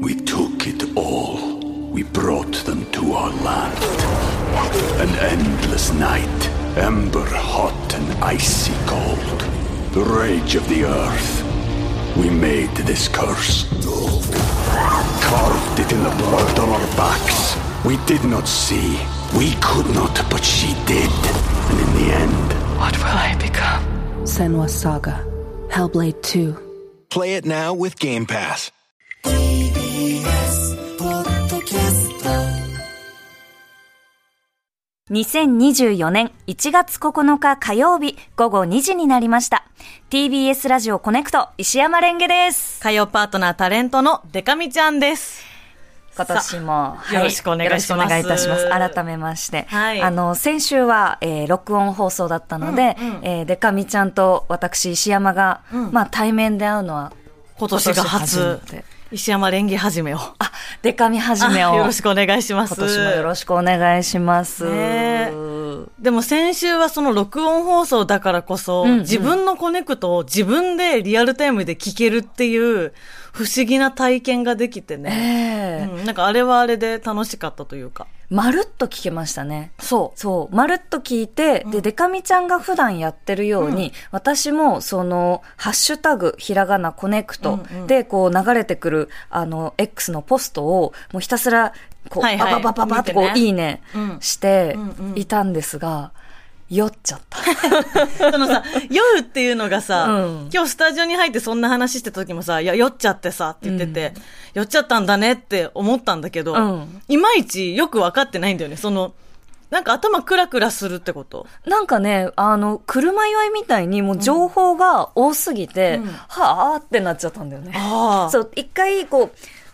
We took it all. We brought them to our land. An endless night, ember hot and icy cold. The rage of the earth. We made this curse. Carved it in the blood on our backs. We did not see. We could not, but she did. And in the end, What will I become? Senwa Saga. Hellblade 2. Play it now with Game Pass. TBS ポッドキャスト2024年1月9日火曜日午後2時になりました。TBS ラジオコネクト石山レンゲです。火曜パートナータレントのデカミちゃんです。今年も、はいよろしくお願いしますよろくお願いいたします。改めまして。はいあの、先週は、えー録音放送だったので、えーでかみちゃんと私石山が、まあ対面で会うのは、今年が今初年初めて、石山蓮華始めを。あ、でかみ始めを。あよ今ろしくお願いします。年もよろしくお願いします。ねえでも先週はその録音放送だからこそ、んうん自分のコネクトを自分でリアルタイムで聞けるっていう不思議な体験ができてえね。えうんなんかあれはあれで楽しかったというか。まるっと聞けましたね。そう。そう、まるっと聞いて、で、デカミちゃんが普段やってるように、私も、その、ハッシュタグ、ひらがなコネクトうんうんで、こう、流れてくる、あの、X のポストを、もうひたすら、こう、はいはいバババババって、こ見てう、ねいいねうんしてうんうんいたんですが、酔っちゃった。そのさ、酔うっていうのがさ、うん今日スタジオに入ってそんな話してた時もさ、いや、酔っちゃってさって言ってて、酔っちゃったんだねって思ったんだけど、うんいまいちよく分かってないんだよね。その、なんか頭クラクラするってこと。なんかね、あの、車酔いみたいに、もう情報が多すぎて、うんはぁーってなっちゃったんだよね。ああ。そう、一回、こ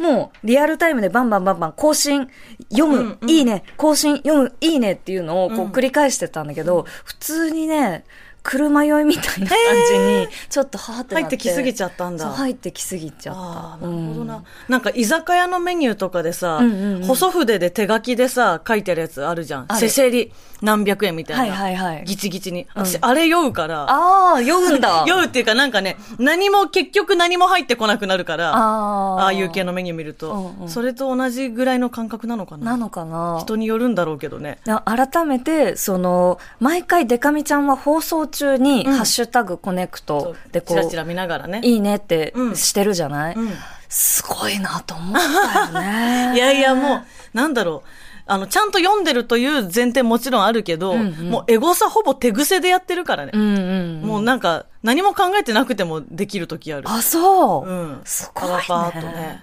う、もう、リアルタイムでバンバンバンバン、更新、読む、うんうんいいね、更新、読む、いいねっていうのを、こう、うん繰り返してたんだけど、普通にね、車酔いみたいな感じに、ちょっとはーってな入って。ってきすぎちゃっゃったんだ。そう、入ってきすぎちゃった。ああ、なるほどな、なんか居酒屋のメニューとかでさ、うんうんうん細筆で手書きでさ、書いてるやつあるじゃん。あるせせり何百円みたいな。はいはいはいギチギチに。私、あれ酔うから。ああ、酔うんだ。 酔うっていうかなんかね、何も、結局何も入ってこなくなるから、あーあいう系のメニュー見ると、うんうんそれと同じぐらいの感覚なのかな。なのかな。人によるんだろうけどね。な改めて、その、毎回デカミちゃんは放送中に、うんハッシュタグコネクトでこチう、ラチラ見ながらね。いいねってうんしてるじゃない、うんすごいなと思ったよね。 いやいや、もう、なんだろう。あの、ちゃんと読んでるという前提もちろんあるけど、うんうんもうエゴさほぼ手癖でやってるからね。うんうんうん。もうなんか、何も考えてなくてもできる時ある。あ、そう。うんすごいパラパラっとねね。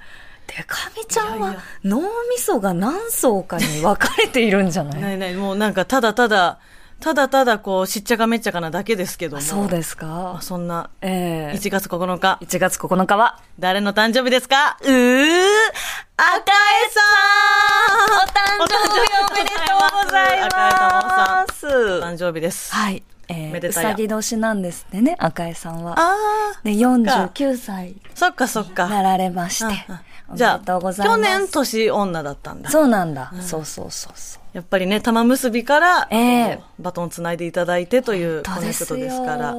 でかみちゃんいやいはや脳みそが何層かに分かれているんじゃない ないない、もうなんか、ただただ、ただただこう、しっちゃかめっちゃかなだけですけどあも。そうす。ですか。そんな、ええ1月9日、 1月9日は、誰の誕生日ですかうー、赤江さんお誕生日おめでとうございまおす。誕生日です。はい。えめー、うでたやさぎ年なんですってね、赤江さんは。ああ、で、49歳そっかそっか。なられまして。おじめゃでとあ、うございま去す。年年女だったんだ。そうなんだ。そうそうそうそう。やっぱりね、玉結びから、ええバトンつないでいただいてという本当コネでクすトよですから、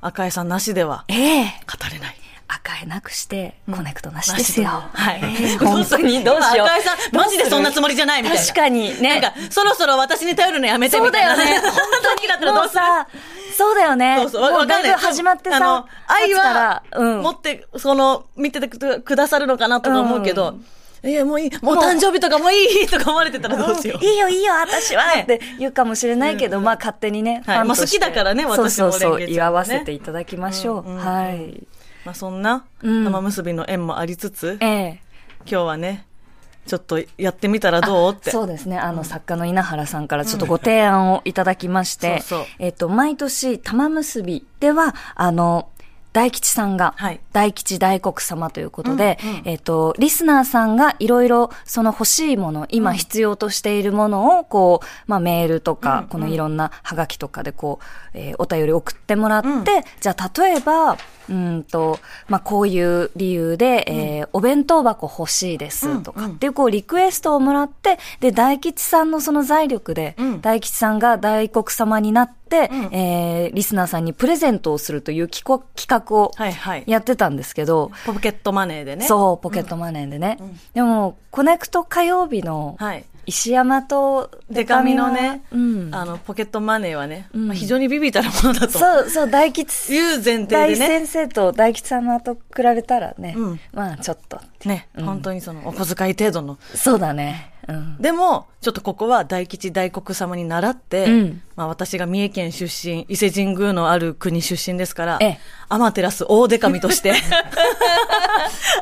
赤江さんなしでは語ええれない。赤えなくして、コネクトなしですよ。はい。 ええ 本当にどうしよう。赤江さん、マジでそんなつもりじゃないみたいな。確かにね。なんか、そろそろ私に頼るのやめてそみうだたいな。よね。本当に時だったらどもううするさ、そうだよね。そうそう、わもわうかだんいなぶい。始まってあのさ、、愛立つからは、うん。持って、その、見ててくくださるのかなとか思うけど、いや、もういい、もう誕生日とかもういいとか思われてたらどうしよう。いいよいいよ、私は、って言うかもしれないけど、まあ勝手にね。はいファンとしてまあ好きだからね私もそうそうそう、レンゲちゃ祝んもねわせていただきましょう。うんうんうんはい。まあそんな、うん玉結びの縁もありつつ、え今え。日はね、ちょっとやってみたらどうって。そうですね。あの、作家の稲原さんからちょっとご提案をいただきまして、そうそうえっと、毎年、玉結びでは、あの、大吉さんが、はい大吉大黒様ということで、うんうんえっと、リスナーさんがいろいろその欲しいもの、今必要としているものを、こう、まあメールとか、このいろんなハガキとかでこう、えーお便り送ってもらって、うんじゃあ例えば、うんと、まあこういう理由で、えーお弁当箱欲しいですとか、うんうんっていうこうリクエストをもらって、で、大吉さんのその財力で、うん大吉さんが大黒様になって、って、えーリスナーさんにプレゼントをするという企画企画をはいはいやってたんですけど、ポケットマネーでね。そう、ポケットマネーでね。でも、コネクト火曜日のはい、石山とデカミのはね、うん。あの、ポケットマネーはね、んまあ非常にビビたるものだと。そう、そう、大吉、いう前提大でね。先生と大吉様と比べたらね、うんまあ、ちょっと。ね、本当にその、お小遣い程度の。そうだね。うん。でも、ちょっとここは大吉大黒様に倣って、うんまあ私が三重県出身、伊勢神宮のある国出身ですから、ええアマテラス大デカミとして、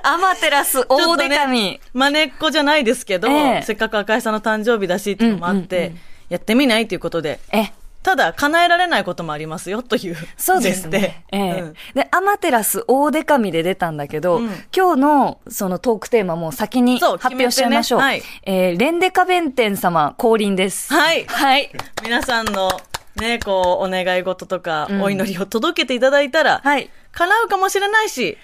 アマテラス大デカミ。真似っこじゃないですけど、ええせっかく赤井さんの誕生日だしっていうのもあって、うんうんうやってみないということで、え、ただ叶えられないこともありますよというそうですね。え前提えうんで、アマテラス大デカミで出たんだけど、うん今日のそのトークテーマも先にそう発表しちゃいましょう。決めてねえーレンデカ弁天様降臨です。はいはい。皆さんのね、こう、お願い事とか、お祈りを届けていただいたら、はい叶うかもしれないし、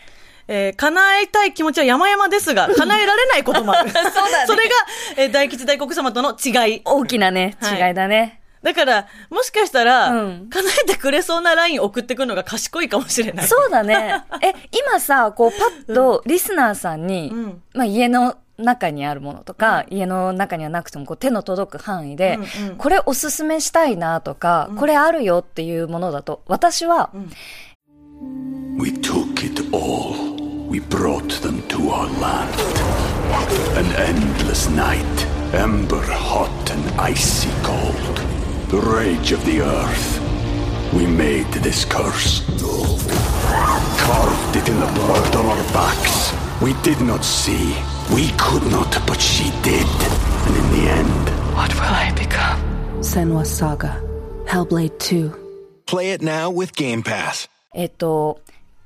えー叶えたい気持ちは山々で すが、叶えられないこともある。そうだね。それが、えー大吉大黒様との違い。大きなね、はい違いだね。だから、もしかしたら、うん叶えてくれそうなライン送ってくるのが賢いかもしれない。そうだね。え、今さ、こう、パッとリスナーさんに、うんまあ、家の中にあるものとか、家の中にはなくても、こう、手の届く範囲で、うんうんこれおすすめしたいなとか、これあるよっていうものだと、私は、 We took it all. We brought them to our land. An endless night, ember hot and icy cold. The rage of the earth. We made this curse. Carved it in the blood on our backs. We did not see. We could not, but she did. And in the end, Senwa Saga. Hellblade 2. Play it now with Game Pass. えっと、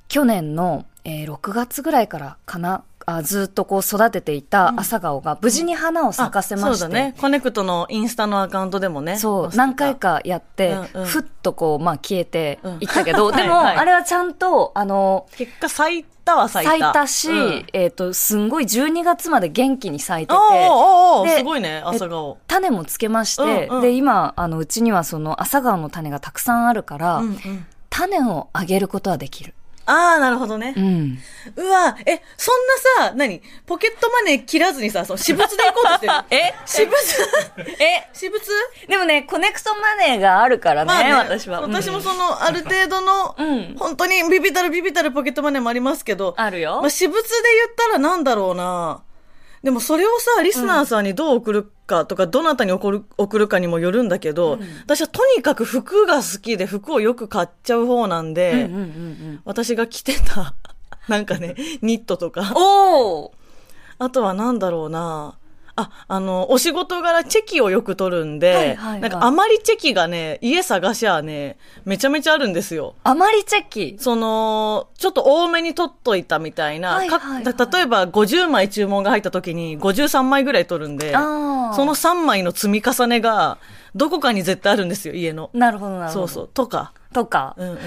去年の、えー6月ぐらいからかな、あずっとこう育てていた朝顔が無事に花を咲かせまして、そうだね。コネクトのインスタのアカウントでもね。そう、載せた何回。かやって、うんうんふっとこう、まあ消えてうんいったけど、 はいでも、はいあれはちゃんと、あの、結果咲いたは咲いた。咲いたし、うんえっ、と、すんごい12月まで元気に咲いてて、おーおーおーですごいね朝顔え種もつけまして、うんうんで、今、あの、うちにはその朝顔の種がたくさんあるから、うんうん種をあげることはできる。ああ、なるほどねう。ん。うわ、え、そんなさ、何ポケットマネー切らずにさ、その私物で行こうと してる。え私物え、私物でもね、コネクトマネーがあるからね、まあね、私は。私もうその、ある程度の、うん本当にビビたるビビたるポケットマネーもありますけど、あるよまあ、私物で言ったらなんだろうな。でもそれをさ、リスナーさんにどう送るかとか、どなたに送る送るかにもよるんだけど、私はとにかく服が好きで、服をよく買っちゃう方なんで、ん。うんうんうん。私が着てた、 なんかね、ニットとか、おーあとはなんだろうな、あ、あの、お仕事柄チェキをよく取るんはで、いはいはいなんかあまりチェキがね、家探しゃね、めちゃめちゃあるんですよ。あまりチェキ。その、ちょっと多めに取っといたみたいな、はいはいはいか例えば50枚注文が入った時に53枚ぐらい取るんで、あそーの3枚の積み重ねが、どこかに絶対あるんですよ、家の。なるほど、なるほそど。うそう、とか。とか。うんうん。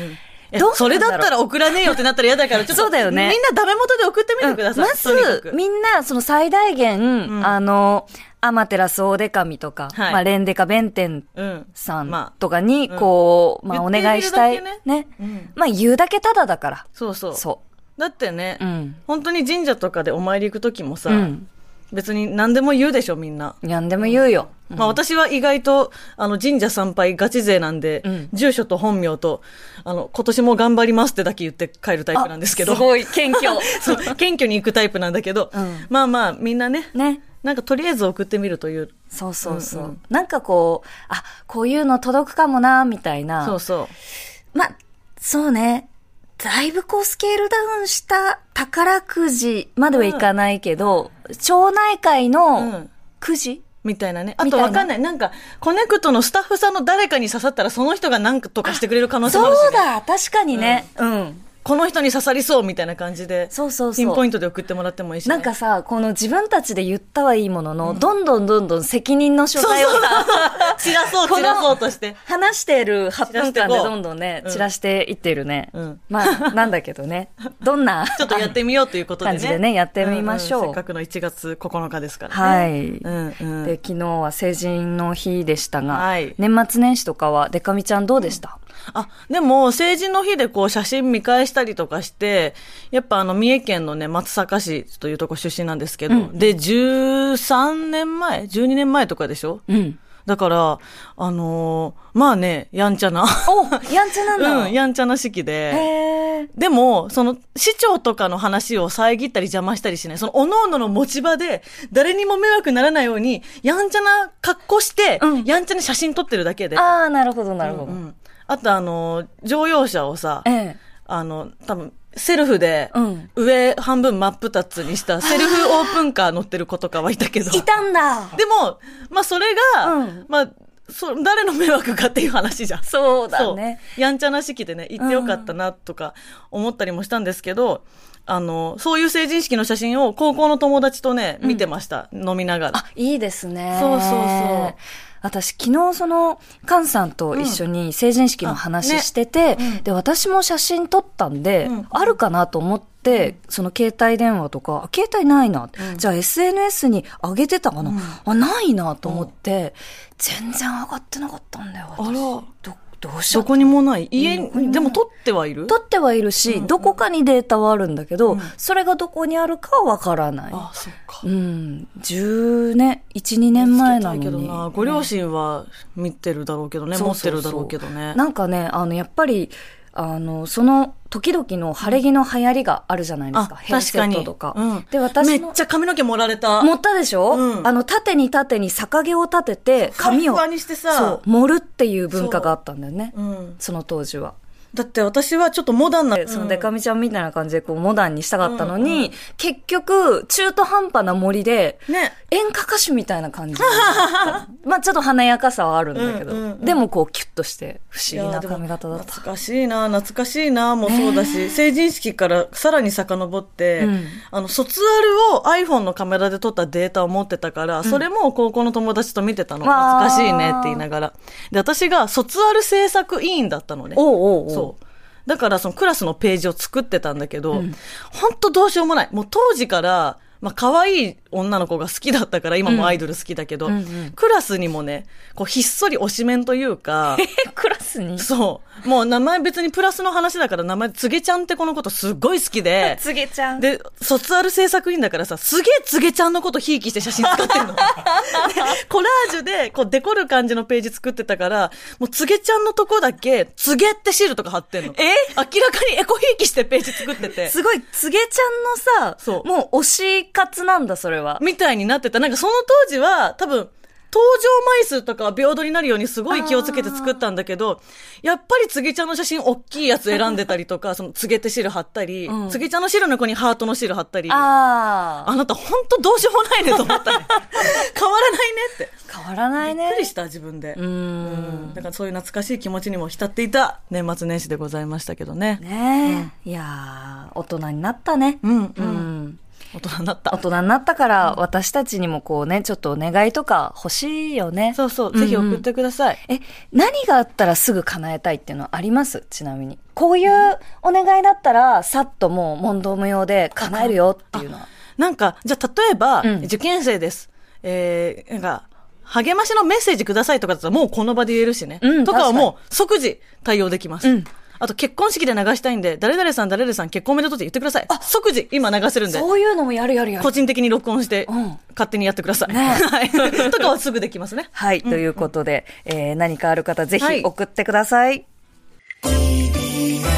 どうなんだろうそれだったら送らねえよってなったら嫌だから、ちょっと。そうだよねみんなダメ元で送ってみてください。まとにかずく、みんな、その最大限、んあの、アマテラスオーデカミとか、はいまあ、レンデカ弁天うん。さんまあ、とかに、こう、んまあ、お願いしたい。言ってねいるだけねうんまあ、言うだけただだから。そうそう。そだってね、うん本当に神社とかでお参り行く時もさ、う。うん。別に何でも言うでしょ、みんな。何でも言うよ。まあ私は意外と、あの、神社参拝ガチ勢なんで、ん住所と本名と、あの、今年も頑張りますってだけ言って帰るタイプなんですけど。あすごい、謙虚。 そう、謙虚に行くタイプなんだけど、うんまあまあ、みんなね、ね。なんかとりあえず送ってみるという。そうそうそう。うんうんなんかこう、あ、こういうの届くかもな、みたいな。そうそう。まあ、そうね。だいぶこうスケールダウンした宝くじまではいかないけど、町内会うのんくじ、みたいなね。あみたといなわかんない。なんか、コネクトのスタッフさんの誰かに刺さったら、その人が何とかしてくれる可能性もあそるし、ね。うだ確かにね。うん。この人に刺さりそうみたいな感じで、そうそうそうピンポイントで送ってもらってもいいしね、なんかさ、この自分たちで言ったはいいものの、どんどんどんどん責任の所在をさ、散らそう、この散らそうとして。話してる8分間で散らしてこうどんどんね、うん散らしていってるね。うんまあ、なんだけどね。どんな。 ちょっとやってみようということでね。感じでねやってみましょうんんせっかくの1月9日ですか らはね。い。うんうんで、昨日は成人の日でしたが、はい年末年始とかは、でかみちゃんどうでした、あ、でも、成人の日でこう写真見返したりとかして、やっぱあの、三重県のね、松阪市というとこ出身なんですけど、で、13年前 ?12 年前とかでしょうん。だから、あのーまあね、やんちゃな。おやんちゃなんだ。 うん、やんちゃな式へで。え。でも、その、市長とかの話を遮ったり邪魔したりしない。その、おのおのの持ち場で、誰にも迷惑にならないように、やんちゃな格好して、うんやんちゃな写真撮ってるだけで。ああ、なるほど、なるほど。うんあと、あの、乗用車をさ、ええ。あの、多分セルフでうん、上半分真っ二つにした、セルフオープンカー乗ってる子とかはいたけど。いたんだでも、まあ、それが、うんまあ、そ誰の迷惑かっていう話じゃん。そうだね。そうやんちゃな式でね、行ってよかったなとか思ったりもしたんですけど、あの、そういう成人式の写真を高校の友達とね、見てました。飲みながら。あ、いいですね。そうそうそう。私、昨日、その、カンさんと一緒に成人式の話してて、で、私も写真撮ったんで、んあるかなと思って、その携帯電話とか、あ携帯ないな、じゃあ SNS に上げてたかな、あ、ないなと思って、全然上がってなかったんだよ、私あらど、どうしよどう。こにもない。家に、でも撮ってはいる撮ってはいるし、どこかにデータはあるんだけど、それがどこにあるかはわからない。あ、そっかう。ん、10年、1、2年前なのつけたいけにど。なご両親は見てるだろうけどね、そ持うってそうるだそろうけどね。なんかね、あの、やっぱり、あの、その時々の晴れ着の流行りがあるじゃないですか。ヘアセットとか。うんで、私めっのちゃ髪の毛盛られた。持ったでしょ、うんあの、縦に縦に逆毛を立てて、髪を、ふわふわにしてさそう、盛るっていう文化があったんだよね。うそ,、ん。の当時は。だって私はちょっとモダンな。でそのデカミちゃんみたいな感じでこうモダンにしたかったのに、結局、中途半端な森で、ね。演歌歌手みたいな感じに なった。まあちょっと華やかさはあるんだけど、うんうんうんでもこうキュッとして不思議ないやでも髪型だった。懐かしいな、懐かしいな、もそうだし、成人式からさらに遡って、うんあの、卒アルを iPhone のカメラで撮ったデータを持ってたから、それも高校の友達と見てたの。わー懐かしいねって言いながら。で、私が卒アル制作委員だったのね。おうおうおうそう。だからそのクラスのページを作ってたんだけど、ほんとどうしようもない。もう当時から、まあ可愛い女の子が好きだったから、今もアイドル好きだけど、クラスにもね、こうひっそり推しメンとい うか、クラスに。そう。もう名前別にプラスの話だから名前、つげちゃんってこのことすっごい好き でつげちゃん。で、卒アル制作員だからさ、すげえつげちゃんのことひいきして写真使ってん の。でコラージュで、こう、デコる感じのページ作ってたから、もうつげちゃんのとこだけ、つげってシールとか貼ってんの。え明らかにエコひいきしてページ作っ てて。すごい、つげちゃんのさ、そうもう推し活なんだ、それは。 みたいになってた。なんかその当時は、多分、登場枚数とかは平等になるようにすごい気をつけて作ったんだけど、やっぱりつげちゃんの写真大きいやつ選んでたりとか、 そのつげてシール貼ったり、つげちゃんのシールの横にハートのシール貼ったり、あああ。なたほんとどうしようもないねと思 ったね。変わらないねって。変わらないびっねく。りした自分で。うーん。うんだからそういう懐かしい気持ちにも浸っていた年末年始でございましたけどね。ねえ。いやー、大人になったね。うん、う。うんん。大人になっ大た。人になったから、私たちにもこうね、ちょっとお願いとか欲しいよね。そうそう、ぜひ送ってください。え、何があったらすぐ叶えたいっていうのはありますちなみに。こういうお願いだったら、さっともう問答無用で叶えるよっていうのは。なんか、じゃあ例えば、ん受験生です。えー、なんか、励ましのメッセージくださいとかだったらもうこの場で言えるしね。うんとかは確かにもう即時対応できます。うんあと結婚式で流したいんで、誰々さん誰々さん結婚おめでとうって言ってください。即時今流せるんで。そういうのもやるやるやる個。人的に録音して、うん勝手にやってください。ね はい。とかはすぐできますね。はい、ということで、えー何かある方ぜはひい送ってください。 TBS